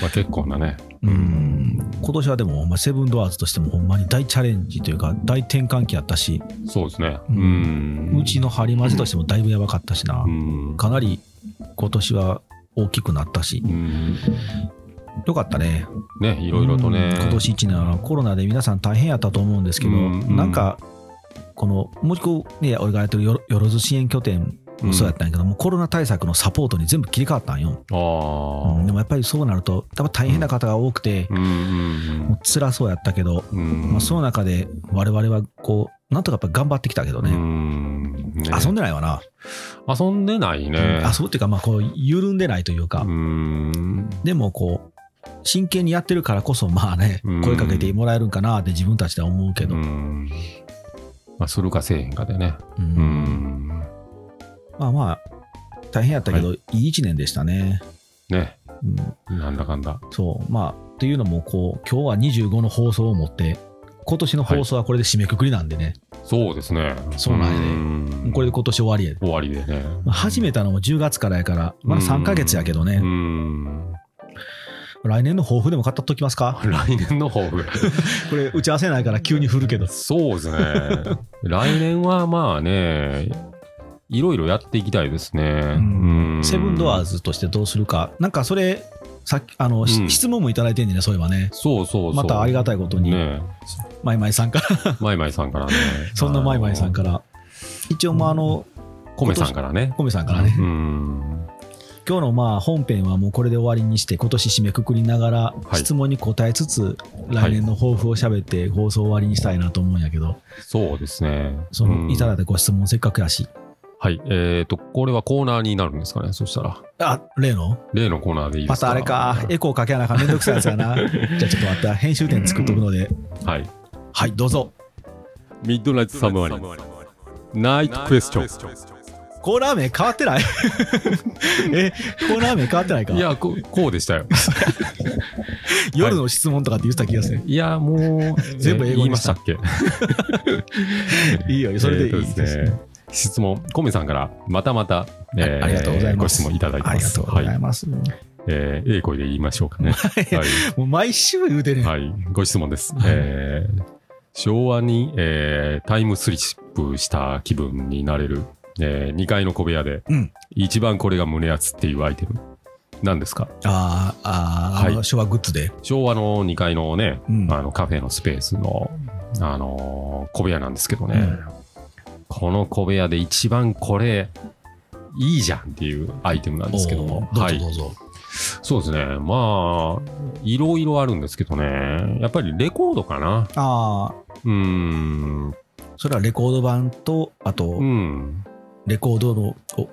[SPEAKER 2] まあ結構なね。
[SPEAKER 3] うん、今年はでも、まあ、セブンドアーズとしてもほんまに大チャレンジというか、大転換期やったし、
[SPEAKER 2] そうですね。
[SPEAKER 3] う
[SPEAKER 2] うんん。
[SPEAKER 3] うちの張り混ぜとしてもだいぶやばかったしな
[SPEAKER 2] う、ん。
[SPEAKER 3] かなり今年は大きくなったし
[SPEAKER 2] う、ん。
[SPEAKER 3] よかったね。
[SPEAKER 2] ね、いろいろとね
[SPEAKER 3] う。ん今年1年はコロナで皆さん大変やったと思うんですけど、
[SPEAKER 2] うんうん
[SPEAKER 3] なんかこのもう一個ね俺がやってるよよろず支援拠点もそうやったんやけど、もうコロナ対策のサポートに全部切り替わったんよ、
[SPEAKER 2] あ
[SPEAKER 3] うん
[SPEAKER 2] あ。
[SPEAKER 3] でもやっぱりそうなると多分大変な方が多くて、
[SPEAKER 2] うんうん
[SPEAKER 3] もう辛そうやったけど、
[SPEAKER 2] うん。
[SPEAKER 3] まあ、その中で我々はこうなんとかやっぱ頑張ってきたけど
[SPEAKER 2] う
[SPEAKER 3] ね、
[SPEAKER 2] ん。ね
[SPEAKER 3] 遊んでないわな、
[SPEAKER 2] 遊んでないね。
[SPEAKER 3] 遊ぶっていうかまあこう緩んでないというか、
[SPEAKER 2] うん。
[SPEAKER 3] でもこう真剣にやってるからこそまあね
[SPEAKER 2] うん
[SPEAKER 3] 声かけてもらえるんかなって自分たちでは思うけど、
[SPEAKER 2] うんまあ、するかせえへんかでね。
[SPEAKER 3] うん
[SPEAKER 2] うん。
[SPEAKER 3] まあまあ、大変やったけど、いい一年でしたね。
[SPEAKER 2] ね。
[SPEAKER 3] うん、
[SPEAKER 2] なんだかんだ。
[SPEAKER 3] そう、まあ、というのも、こう、今日は25の放送をもって、今年の放送はこれで締めくくりなんでね、
[SPEAKER 2] そうですね。
[SPEAKER 3] そうなんやね
[SPEAKER 2] ね
[SPEAKER 3] これで今年終わりやで。
[SPEAKER 2] 終わりでね。
[SPEAKER 3] まあ始めたのも10月からやから、まだ3ヶ月やけど
[SPEAKER 2] う
[SPEAKER 3] ね、
[SPEAKER 2] ん。
[SPEAKER 3] 来年の抱負でも買ったときますか
[SPEAKER 2] 来年の抱負。
[SPEAKER 3] これ、打ち合わせないから急に振るけど。
[SPEAKER 2] そうですね。来年はまあね、いろいろやっていきたいですね。
[SPEAKER 3] うん
[SPEAKER 2] うん
[SPEAKER 3] セブンドアーズとしてどうするか、なんかそれ、さっき、あの、し
[SPEAKER 2] うん
[SPEAKER 3] 質問もいただいてんねんね、そういえばね。
[SPEAKER 2] そうそうそう。
[SPEAKER 3] またありがたいことに、
[SPEAKER 2] ね
[SPEAKER 3] マイマイさんから、。
[SPEAKER 2] マイマイさんからね
[SPEAKER 3] [laughs] そんなマイマイさんか
[SPEAKER 2] あの。
[SPEAKER 3] ら、一応、まあ、あの、
[SPEAKER 2] コメさんからね。
[SPEAKER 3] コメさんからね、
[SPEAKER 2] うん。
[SPEAKER 3] 今日のまあ本編はもうこれで終わりにして今年締めくくりながら
[SPEAKER 2] い
[SPEAKER 3] 質問に答えつつ
[SPEAKER 2] は
[SPEAKER 3] 来
[SPEAKER 2] い
[SPEAKER 3] 年の抱負を喋って放送終わりにしたいなと思うんやけど
[SPEAKER 2] そうですね。
[SPEAKER 3] そ
[SPEAKER 2] うん
[SPEAKER 3] のいただいたご質問せっかくやし
[SPEAKER 2] はい。えっ、と、これはコーナーになるんですかね。そしたら、
[SPEAKER 3] あ例の
[SPEAKER 2] 例のコーナーでいいで
[SPEAKER 3] ます
[SPEAKER 2] か
[SPEAKER 3] たあれかエコーかけやなあかんめんどくさいやつや
[SPEAKER 2] [laughs]
[SPEAKER 3] なじゃあちょっと待って編集点作っとくので
[SPEAKER 2] はい。
[SPEAKER 3] はいどうぞ
[SPEAKER 2] ミッドナイトサムワリン。ナイトクエスチョ
[SPEAKER 3] コーラーメン変わって
[SPEAKER 2] [laughs]
[SPEAKER 3] ないえコーラーメン変わってないか
[SPEAKER 2] ン。いやこ、こうでした
[SPEAKER 3] [laughs]
[SPEAKER 2] よ。
[SPEAKER 3] 夜の質問とかって言ってた気がする、
[SPEAKER 2] いや、もう、
[SPEAKER 3] 全部英語にした
[SPEAKER 2] えー言いましたっけ
[SPEAKER 3] い、いよいいよそれでいいで
[SPEAKER 2] えー
[SPEAKER 3] す
[SPEAKER 2] と
[SPEAKER 3] ね,、
[SPEAKER 2] ですね。質問、コメさんからまたまた、
[SPEAKER 3] あありがとうございます
[SPEAKER 2] ご質問いただいて
[SPEAKER 3] あ
[SPEAKER 2] ま
[SPEAKER 3] りが
[SPEAKER 2] す。
[SPEAKER 3] とうござ
[SPEAKER 2] はい
[SPEAKER 3] ます、
[SPEAKER 2] えー英語で言いましょうかね。はい
[SPEAKER 3] もう毎週言うてるやん、
[SPEAKER 2] はい、ご質問です。
[SPEAKER 3] はい
[SPEAKER 2] えー昭和に、えータイムスリップした気分になれる、え2階の小部屋で、
[SPEAKER 3] うん
[SPEAKER 2] 一番これが胸熱っていうアイテム、何ですか
[SPEAKER 3] あーあー、
[SPEAKER 2] はい
[SPEAKER 3] 昭和グッズで
[SPEAKER 2] 昭和の2階のね、
[SPEAKER 3] うん
[SPEAKER 2] あのカフェのスペースの、あのー小部屋なんですけどね、
[SPEAKER 3] うん
[SPEAKER 2] この小部屋で一番これ、いいじゃんっていうアイテムなんですけども
[SPEAKER 3] おー、ど
[SPEAKER 2] は
[SPEAKER 3] うぞ
[SPEAKER 2] い
[SPEAKER 3] ど、うぞ。
[SPEAKER 2] そうですね、まあ、いろいろあるんですけどね、やっぱりレコードかな、
[SPEAKER 3] ああ、
[SPEAKER 2] うーん、
[SPEAKER 3] それはレコード版と、あと
[SPEAKER 2] う、ん、
[SPEAKER 3] レコードのお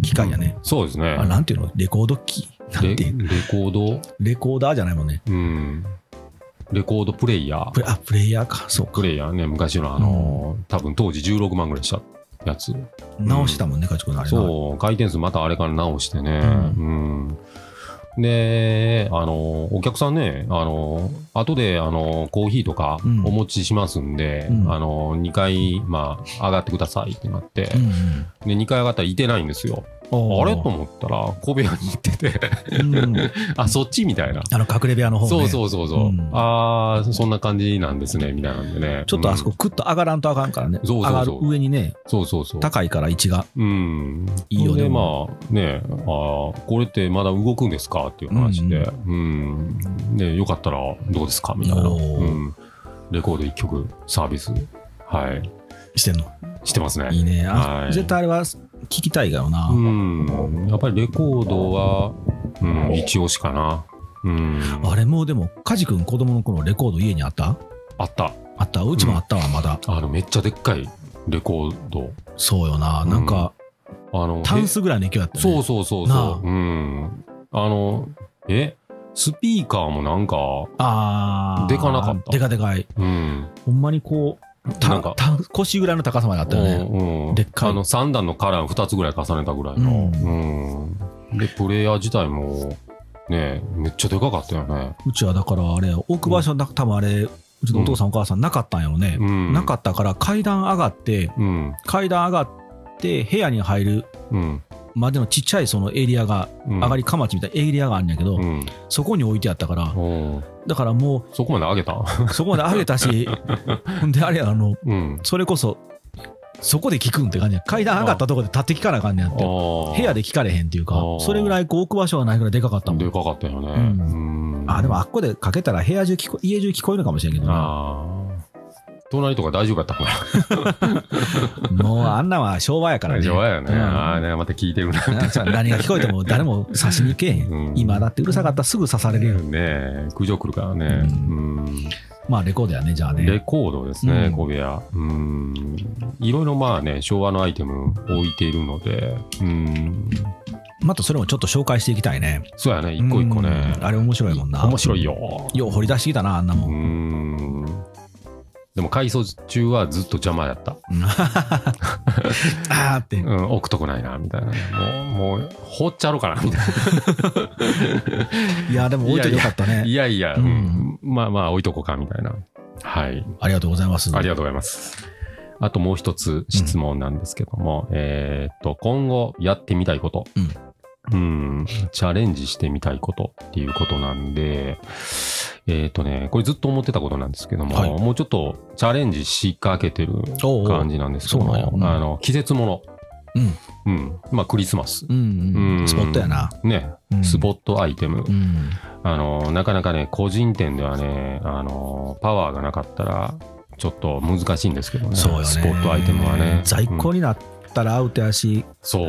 [SPEAKER 3] 機械やね。
[SPEAKER 2] そうですね
[SPEAKER 3] あ。なんていうのレコード機なん
[SPEAKER 2] レ
[SPEAKER 3] て
[SPEAKER 2] レ
[SPEAKER 3] いう
[SPEAKER 2] コード、
[SPEAKER 3] レコーダーじゃないもんね。
[SPEAKER 2] うん、レコードプレイヤー
[SPEAKER 3] プ、レあ、プレイヤーか。そうか
[SPEAKER 2] プ。レイヤーね、昔のあの、多分当時16万ぐらいしたやつ。
[SPEAKER 3] 直したもんね、カチコのあれな
[SPEAKER 2] そう、回転数またあれから直してね。
[SPEAKER 3] う
[SPEAKER 2] うん。で、あの、お客さんね、あの、後で、あの、コーヒーとか
[SPEAKER 3] うん
[SPEAKER 2] お持ちしますんで、
[SPEAKER 3] うん
[SPEAKER 2] あの、2階、まあ、上がってくださいってなって
[SPEAKER 3] う、んうん。
[SPEAKER 2] で、2階上がったらいてないんですよ。
[SPEAKER 3] おー
[SPEAKER 2] あれと思ったら小部屋に行ってて
[SPEAKER 3] [laughs] うん
[SPEAKER 2] あそっちみたいな、
[SPEAKER 3] あの隠れ部屋の方ね
[SPEAKER 2] そうそうそうそう、
[SPEAKER 3] うん
[SPEAKER 2] ああそんな感じなんですねみたいなんでね
[SPEAKER 3] ちょっとあそこ
[SPEAKER 2] うん
[SPEAKER 3] クッと上がらんとあかんからね
[SPEAKER 2] そうそうそう
[SPEAKER 3] 上がる上にね
[SPEAKER 2] そうそうそう
[SPEAKER 3] 高いから位置が
[SPEAKER 2] うん、
[SPEAKER 3] いいよね
[SPEAKER 2] でまあねあーこれってまだ動くんですかっていう話で、うんね、よかったらどうですかみたいな、
[SPEAKER 3] おー
[SPEAKER 2] うん、レコード1曲サービスはい
[SPEAKER 3] してんの
[SPEAKER 2] してますね
[SPEAKER 3] いいねあ
[SPEAKER 2] はい
[SPEAKER 3] 絶対あれは聞きたいだよな、
[SPEAKER 2] うんやっぱりレコードは、うん、一押しかな、うん、
[SPEAKER 3] あれもうでもカジ君子供の頃レコード家にあった
[SPEAKER 2] あった
[SPEAKER 3] あったうちもあったわまだ、
[SPEAKER 2] あのめっちゃでっかいレコード
[SPEAKER 3] そうよななんか
[SPEAKER 2] あの
[SPEAKER 3] タンスぐらいの勢いだった
[SPEAKER 2] え
[SPEAKER 3] よね
[SPEAKER 2] そうそうそう
[SPEAKER 3] な
[SPEAKER 2] そううんあのえスピーカーもなんか
[SPEAKER 3] ああ
[SPEAKER 2] でかなかった
[SPEAKER 3] でかでかい
[SPEAKER 2] うん
[SPEAKER 3] ほんまにこう
[SPEAKER 2] な
[SPEAKER 3] た
[SPEAKER 2] んか
[SPEAKER 3] た腰ぐらいの高さまであったよね
[SPEAKER 2] うんうん
[SPEAKER 3] でっかい
[SPEAKER 2] あの3段のカラー2つぐらい重ねたぐらいの、うんでプレイヤー自体もねめっちゃでかかったよね、
[SPEAKER 3] うちはだからあれ置く場所な多分あれうちのお父さんお母さんなかったんやろね、
[SPEAKER 2] うん、
[SPEAKER 3] なかったから階段上がって
[SPEAKER 2] うん
[SPEAKER 3] 階段上がって部屋に入る
[SPEAKER 2] うん
[SPEAKER 3] までのちっちゃいそのエリアが、
[SPEAKER 2] うん、
[SPEAKER 3] 上がりかまちみたいなエリアがあるんやけど、
[SPEAKER 2] うん、
[SPEAKER 3] そこに置いてあったから
[SPEAKER 2] おー
[SPEAKER 3] だからも
[SPEAKER 2] そこまで上げた [laughs]
[SPEAKER 3] うそこまで上げたしほんであれやあの
[SPEAKER 2] うん
[SPEAKER 3] それこそそこで聞くんって感じや階段上がったとこで立って聞かなあかんねやって部
[SPEAKER 2] 部
[SPEAKER 3] 屋で聞かれへんっていうか
[SPEAKER 2] あー
[SPEAKER 3] それぐらいこう置く場所がないぐらいでかかったも
[SPEAKER 2] で
[SPEAKER 3] ん
[SPEAKER 2] かかったよね、
[SPEAKER 3] うん
[SPEAKER 2] うん
[SPEAKER 3] あでもあっこでかけたら部屋中聞こ家中聞こえるかもしれんけどな
[SPEAKER 2] あー隣とか大丈夫やったかな
[SPEAKER 3] もうあんなんは昭和やから
[SPEAKER 2] 大
[SPEAKER 3] ね
[SPEAKER 2] 丈夫やね。 [laughs]
[SPEAKER 3] うん
[SPEAKER 2] ああね、また聞いてるな。
[SPEAKER 3] なそう何が聞こえても誰も刺しに行けへん、
[SPEAKER 2] うん
[SPEAKER 3] 今だってうるさかったらすぐ刺されるよ、
[SPEAKER 2] ねえ、苦情来るからね。
[SPEAKER 3] う
[SPEAKER 2] うん
[SPEAKER 3] まあレコードやねじゃあ
[SPEAKER 2] レ
[SPEAKER 3] ね
[SPEAKER 2] コードです
[SPEAKER 3] う
[SPEAKER 2] ね
[SPEAKER 3] ん、
[SPEAKER 2] 小部屋。うんいろいろまあね、昭和のアイテム置いているので、うん
[SPEAKER 3] またそれもちょっと紹介していきたいね
[SPEAKER 2] そうやね、一個一個ね
[SPEAKER 3] う。んあれ面白いもんな
[SPEAKER 2] 面白いよ。
[SPEAKER 3] よう掘り出してきたなあんなも、
[SPEAKER 2] うんんでも、改装中はずっと邪魔やった。
[SPEAKER 3] あーって
[SPEAKER 2] うん、置くとこないな、みたいな。もう、もう、放っちゃろうかな、みたいな。
[SPEAKER 3] いやでも置いといてよかった [laughs] ね
[SPEAKER 2] いやいや、うんん、まあまあ置いとこうかみたいな。はい。
[SPEAKER 3] ありがとうございます
[SPEAKER 2] ありがとうございます。あともう一つ質問なんですけども、えーっと、今後やってみたいこと、うん、チャレンジしてみたいことっていうことなんで、えーっとね、これずっと思ってたことなんですけども、
[SPEAKER 3] はい
[SPEAKER 2] もうちょっとチャレンジしかけてる
[SPEAKER 3] おうおう
[SPEAKER 2] 感じなんですけど
[SPEAKER 3] そう
[SPEAKER 2] も、
[SPEAKER 3] なんやうん
[SPEAKER 2] あの、季節もの、うん、まあクリスマス、
[SPEAKER 3] うんうん、
[SPEAKER 2] うん
[SPEAKER 3] スポットやな、
[SPEAKER 2] ね、
[SPEAKER 3] うん
[SPEAKER 2] スポットアイテム、
[SPEAKER 3] うん、
[SPEAKER 2] あのなかなかね個人店ではねあのパワーがなかったらちょっと難しいんですけどね
[SPEAKER 3] そうよね
[SPEAKER 2] スポットアイテムはね
[SPEAKER 3] 在庫
[SPEAKER 2] うん
[SPEAKER 3] になったらアウトやし、
[SPEAKER 2] そう、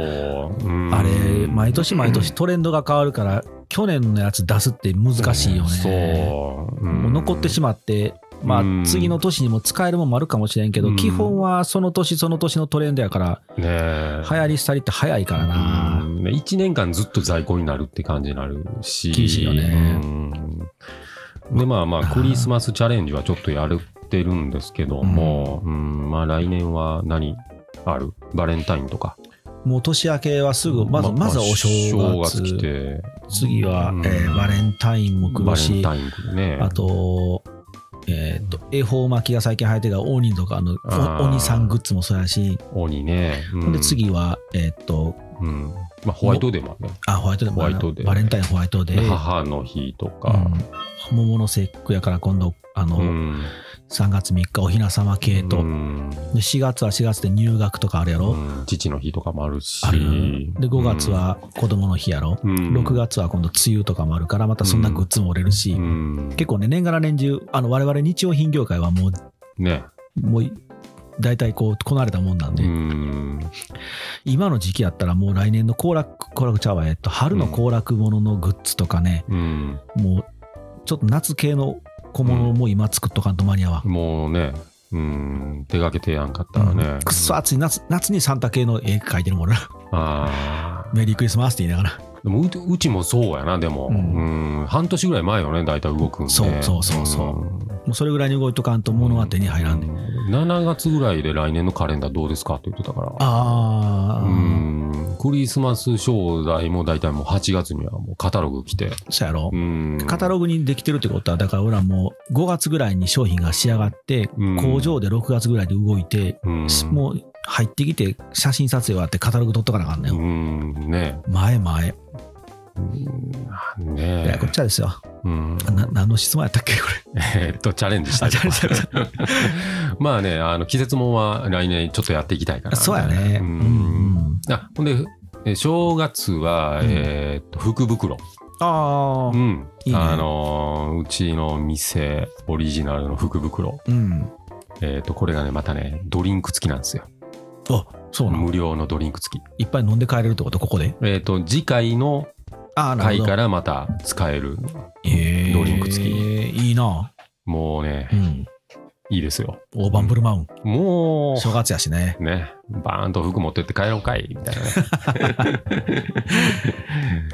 [SPEAKER 2] うん
[SPEAKER 3] あれ毎年毎年トレンドが変わるから、去年のやつ出すって難しいよね、
[SPEAKER 2] そう、うん
[SPEAKER 3] もう残ってしまって、ま
[SPEAKER 2] うん
[SPEAKER 3] あ、次の年にも使えるもんもあるかもしれんけど、
[SPEAKER 2] うん
[SPEAKER 3] 基本はその年その年のトレンドやから、
[SPEAKER 2] ねえ
[SPEAKER 3] 流行り廃りって早いからな。
[SPEAKER 2] うんね1年間ずっと在庫になるって感じになるし
[SPEAKER 3] 厳しいよね
[SPEAKER 2] うんでまあまあクリスマスチャレンジはちょっとやるってるんですけども、うんまあ来年は何あるバレンタインとか
[SPEAKER 3] もう年明けはすぐ、まず、まずはお正月。
[SPEAKER 2] 来て
[SPEAKER 3] 次は、
[SPEAKER 2] うん
[SPEAKER 3] えーバレンタインも来るし、
[SPEAKER 2] バレンタインね。
[SPEAKER 3] あと、えーっと、恵方巻きが最近流行ってるから、鬼とかの
[SPEAKER 2] あ、ー
[SPEAKER 3] お鬼さんグッズもそうやし、
[SPEAKER 2] 鬼ね。
[SPEAKER 3] ほんで
[SPEAKER 2] うん、
[SPEAKER 3] 次は、えーっと、
[SPEAKER 2] うんまあ、ホワイトデーもあるね。
[SPEAKER 3] あ、ホワイトデーもあるな
[SPEAKER 2] ホワイトデー
[SPEAKER 3] バレンタインホワイトデー。
[SPEAKER 2] 母の日とか。
[SPEAKER 3] うん、桃の節句やから今度あの、
[SPEAKER 2] うん
[SPEAKER 3] 3月3日おひなさま系と、
[SPEAKER 2] うん
[SPEAKER 3] で4月は4月で入学とかあるやろ、
[SPEAKER 2] うん父の日とかもあるし。
[SPEAKER 3] あるで5月は子供の日やろ、
[SPEAKER 2] うん、
[SPEAKER 3] 6月は今度梅雨とかもあるからまたそんなグッズも売れるし、
[SPEAKER 2] うん
[SPEAKER 3] 結構ね年がら年中あの我々日用品業界はも
[SPEAKER 2] ね。
[SPEAKER 3] うもう大体こうこなれたもんなんで、
[SPEAKER 2] うん
[SPEAKER 3] 今の時期やったらもう来年の行楽行楽ちゃうわえっと春の行楽もののグッズとかね、
[SPEAKER 2] うん
[SPEAKER 3] もうちょっと夏系の小物も今作っとかんと間に合わん
[SPEAKER 2] もうね、うん、出かけてやんかったらね。
[SPEAKER 3] くっそ暑い夏夏にサンタ系の絵描いてるもん [laughs] な
[SPEAKER 2] ああ。
[SPEAKER 3] メリークリスマスって言いながら
[SPEAKER 2] でもうちうちもそうやな、でも。
[SPEAKER 3] う
[SPEAKER 2] うんん、半年ぐらい前よね、大体動くんで。
[SPEAKER 3] そうそうそうそ
[SPEAKER 2] ん
[SPEAKER 3] もうそれぐらいに動いとかんと物は手に入らんね、ん、
[SPEAKER 2] 7月ぐらいで来年のカレンダーどうですかって言ってたから。
[SPEAKER 3] あ
[SPEAKER 2] う
[SPEAKER 3] あ、
[SPEAKER 2] ん。クリスマス商材も大体もう8月にはもうカタログ来て。
[SPEAKER 3] そうやろ、
[SPEAKER 2] うん。
[SPEAKER 3] カタログにできてるってことはだから俺らもう5月ぐらいに商品が仕上がって
[SPEAKER 2] うん
[SPEAKER 3] 工場で6月ぐらいで動いて、
[SPEAKER 2] うん
[SPEAKER 3] もう入ってきて写真撮影はあってカタログ撮っとかなあかんね。
[SPEAKER 2] うんん、ね
[SPEAKER 3] 前前。
[SPEAKER 2] え。
[SPEAKER 3] いや
[SPEAKER 2] ね
[SPEAKER 3] こっちはですよ。
[SPEAKER 2] え。うん。
[SPEAKER 3] な何の質問やったっけこれ。
[SPEAKER 2] [laughs] えーっと、チャレンジしたいと
[SPEAKER 3] あチャレンジ
[SPEAKER 2] こまあね、あの季節もんは来年ちょっとやっていきたいから。
[SPEAKER 3] そうやね。
[SPEAKER 2] う
[SPEAKER 3] うんんうん。
[SPEAKER 2] あほんで、えー正月は、
[SPEAKER 3] うん
[SPEAKER 2] えーっと、福袋。
[SPEAKER 3] あ
[SPEAKER 2] う
[SPEAKER 3] あ。
[SPEAKER 2] ん。
[SPEAKER 3] いいね
[SPEAKER 2] あのーうちの店オリジナルの福袋。
[SPEAKER 3] うん。
[SPEAKER 2] えーっと、これがね、またね、ドリンク付きなんですよ。
[SPEAKER 3] あそうなの。
[SPEAKER 2] 無料のドリンク付き。
[SPEAKER 3] いっぱい飲んで帰れるってことここで。
[SPEAKER 2] えーっと、次回の
[SPEAKER 3] ああなる
[SPEAKER 2] 回
[SPEAKER 3] ほど
[SPEAKER 2] か。らまた使える。
[SPEAKER 3] ええ
[SPEAKER 2] ドリンク付き
[SPEAKER 3] いいな。
[SPEAKER 2] もうね
[SPEAKER 3] う、ん。
[SPEAKER 2] いいですよ。
[SPEAKER 3] 大盤振る舞う。
[SPEAKER 2] も
[SPEAKER 3] 正月やしね。
[SPEAKER 2] う、ね、バーンと服持ってって帰ろうかい、みたいなね。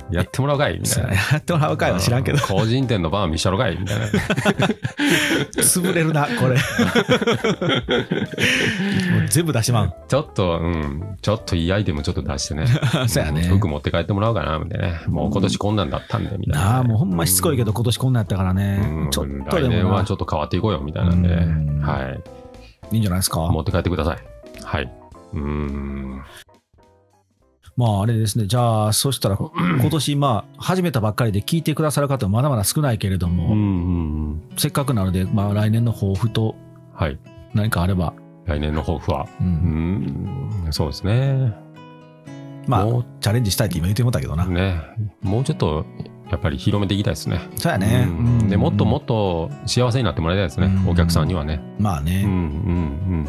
[SPEAKER 3] [laughs]
[SPEAKER 2] やってもらおうかい、みたいな。
[SPEAKER 3] やってもらうかいは知らんけど
[SPEAKER 2] う。個人店のバー見したろかいみたいな。
[SPEAKER 3] 潰れるな、
[SPEAKER 2] [laughs]
[SPEAKER 3] これ。もう全部出しまん。
[SPEAKER 2] ちょっと、うん、ちょっといいアイテムちょっと出してね。
[SPEAKER 3] [laughs] そうやね
[SPEAKER 2] ん服持って帰ってもらおうかな、みたいなね。もう今年こんなんだったんで、みたいなね。
[SPEAKER 3] なあ、もうほんましつこいけど、今年こんなんやったから
[SPEAKER 2] う
[SPEAKER 3] ね。
[SPEAKER 2] ん、
[SPEAKER 3] ちょっと
[SPEAKER 2] 来
[SPEAKER 3] で
[SPEAKER 2] 年
[SPEAKER 3] も
[SPEAKER 2] は
[SPEAKER 3] な
[SPEAKER 2] ちょっと変わっていこうよ、みたいなんで。
[SPEAKER 3] うん
[SPEAKER 2] はい。
[SPEAKER 3] いいんじゃないですか。
[SPEAKER 2] 持って帰ってください。はい。うん。
[SPEAKER 3] まあ、あれですね。じゃあ、そした
[SPEAKER 2] [clears throat]
[SPEAKER 3] ら、今年、まあ、始めたばっかりで聞いてくださる方もまだまだ少ないけれど
[SPEAKER 2] う
[SPEAKER 3] も、
[SPEAKER 2] んうん。
[SPEAKER 3] せっかくなので、まあ、来年の抱負と
[SPEAKER 2] はい。
[SPEAKER 3] 何かあれば、
[SPEAKER 2] 来年の抱負は。
[SPEAKER 3] う
[SPEAKER 2] うんん、そうですね。
[SPEAKER 3] ま
[SPEAKER 2] も
[SPEAKER 3] あ、チャレンジしたいって今言ってもったけどな。
[SPEAKER 2] ね、もうちょっとやっぱり広めていきたいですね。
[SPEAKER 3] そうやね。
[SPEAKER 2] うんでもっとも
[SPEAKER 3] と。
[SPEAKER 2] っと幸せになってもらいたいですね、
[SPEAKER 3] うん
[SPEAKER 2] お客さんにはね。
[SPEAKER 3] まあ
[SPEAKER 2] うんう
[SPEAKER 3] ね、
[SPEAKER 2] んうん。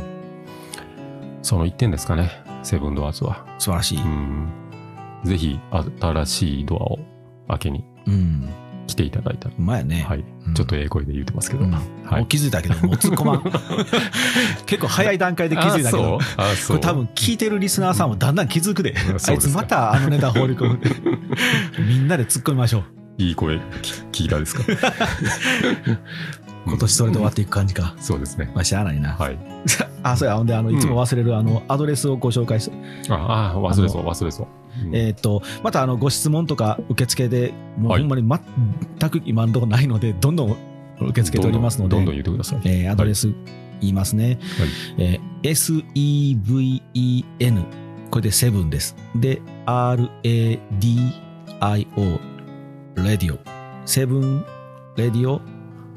[SPEAKER 2] その一点ですかね、セブンドアーズは。
[SPEAKER 3] 素晴らしい。
[SPEAKER 2] うん、ぜひ新しいドアを開けに
[SPEAKER 3] うん。
[SPEAKER 2] 来ていただいたら。
[SPEAKER 3] うまやね。
[SPEAKER 2] はい、
[SPEAKER 3] うん
[SPEAKER 2] ちょっとええ声で言うてますけど、
[SPEAKER 3] うん
[SPEAKER 2] は
[SPEAKER 3] もう
[SPEAKER 2] い、
[SPEAKER 3] 気づいたけど、もう突っ込ま
[SPEAKER 2] [laughs]
[SPEAKER 3] ん。結構早い段階で気づいたけど、
[SPEAKER 2] あー
[SPEAKER 3] こ
[SPEAKER 2] そうあーそう
[SPEAKER 3] れ多分聞いてるリスナーさんもだんだん気づくで、
[SPEAKER 2] ん
[SPEAKER 3] あ
[SPEAKER 2] そう
[SPEAKER 3] い
[SPEAKER 2] です
[SPEAKER 3] つ
[SPEAKER 2] か
[SPEAKER 3] またあのネタ放り
[SPEAKER 2] [laughs]
[SPEAKER 3] 込むみんなで突っ込みましょう
[SPEAKER 2] いい声き聞いたですか
[SPEAKER 3] [laughs] 今年それで終わっていく感じか、
[SPEAKER 2] そうですね
[SPEAKER 3] まあ知らないな、
[SPEAKER 2] はい
[SPEAKER 3] あそうやほんであのいつも忘れる、あのアドレスをご紹介して、
[SPEAKER 2] ああー忘れそう忘れそう、うん
[SPEAKER 3] えーっとまたあのご質問とか受付でもう
[SPEAKER 2] は
[SPEAKER 3] ほ
[SPEAKER 2] い
[SPEAKER 3] んまに全く今のところないのでどんどん受け付けておりますので
[SPEAKER 2] どんどんどんどん言ってください、
[SPEAKER 3] えーアドレス言いますね、えー SEVEN これでセブンですで RADIO レディオセブンレディオ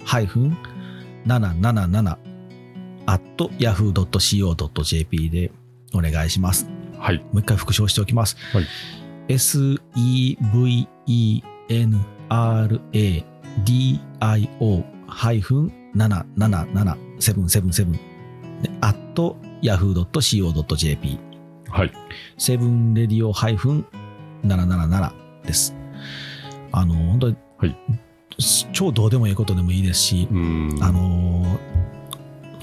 [SPEAKER 3] ハイフン777 at yahoo.co.jp でお願いします
[SPEAKER 2] はい
[SPEAKER 3] もう一回復唱しておきます。
[SPEAKER 2] はい
[SPEAKER 3] sevenradio-777-777で at yahoo.co.jp
[SPEAKER 2] はい
[SPEAKER 3] セブンレディオ -777 です。あの、本当に、
[SPEAKER 2] はい
[SPEAKER 3] 超どうでもいいことでもいいですし、
[SPEAKER 2] うん
[SPEAKER 3] あのー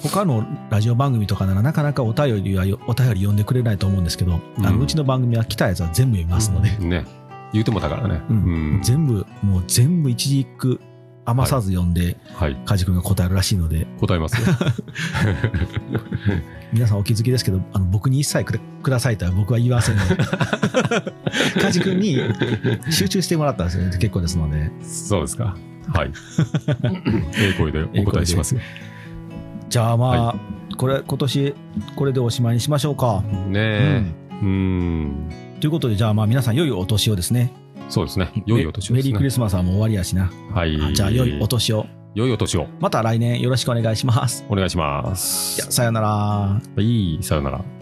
[SPEAKER 3] 他のラジオ番組とかならなかなかお便りはよお便り読んでくれないと思うんですけど、あ
[SPEAKER 2] う
[SPEAKER 3] の
[SPEAKER 2] ん
[SPEAKER 3] うちの番組は来たやつは全部読みますので、
[SPEAKER 2] ね言うてもだからね、
[SPEAKER 3] うん
[SPEAKER 2] うん
[SPEAKER 3] 全部もう全部一字一句余さず読んで、
[SPEAKER 2] はい
[SPEAKER 3] 梶君が答えるらしいので
[SPEAKER 2] 答えますよ
[SPEAKER 3] 皆さんお気づきですけどあの僕に一切くれくださいとは僕は言わせんの
[SPEAKER 2] [laughs]
[SPEAKER 3] で梶君に集中してもらったんですよね結構ですので
[SPEAKER 2] そうですかはい
[SPEAKER 3] [laughs]
[SPEAKER 2] ええ声でお答えしますよ
[SPEAKER 3] じゃあまあ、
[SPEAKER 2] は
[SPEAKER 3] これ今年これでおしまいにしましょうか。
[SPEAKER 2] ねえうん
[SPEAKER 3] ということでじゃあまあ皆さん良いお年をですね。
[SPEAKER 2] そうですね良いお年を
[SPEAKER 3] メメ
[SPEAKER 2] です
[SPEAKER 3] リーク
[SPEAKER 2] ね
[SPEAKER 3] リスマスはもう終わりやしな。
[SPEAKER 2] はい
[SPEAKER 3] じゃあ、良いお年を。
[SPEAKER 2] 良いお年を
[SPEAKER 3] また来年よろしくお願いします。
[SPEAKER 2] お願いしま
[SPEAKER 3] いや
[SPEAKER 2] す
[SPEAKER 3] さよなら。
[SPEAKER 2] いいさよなら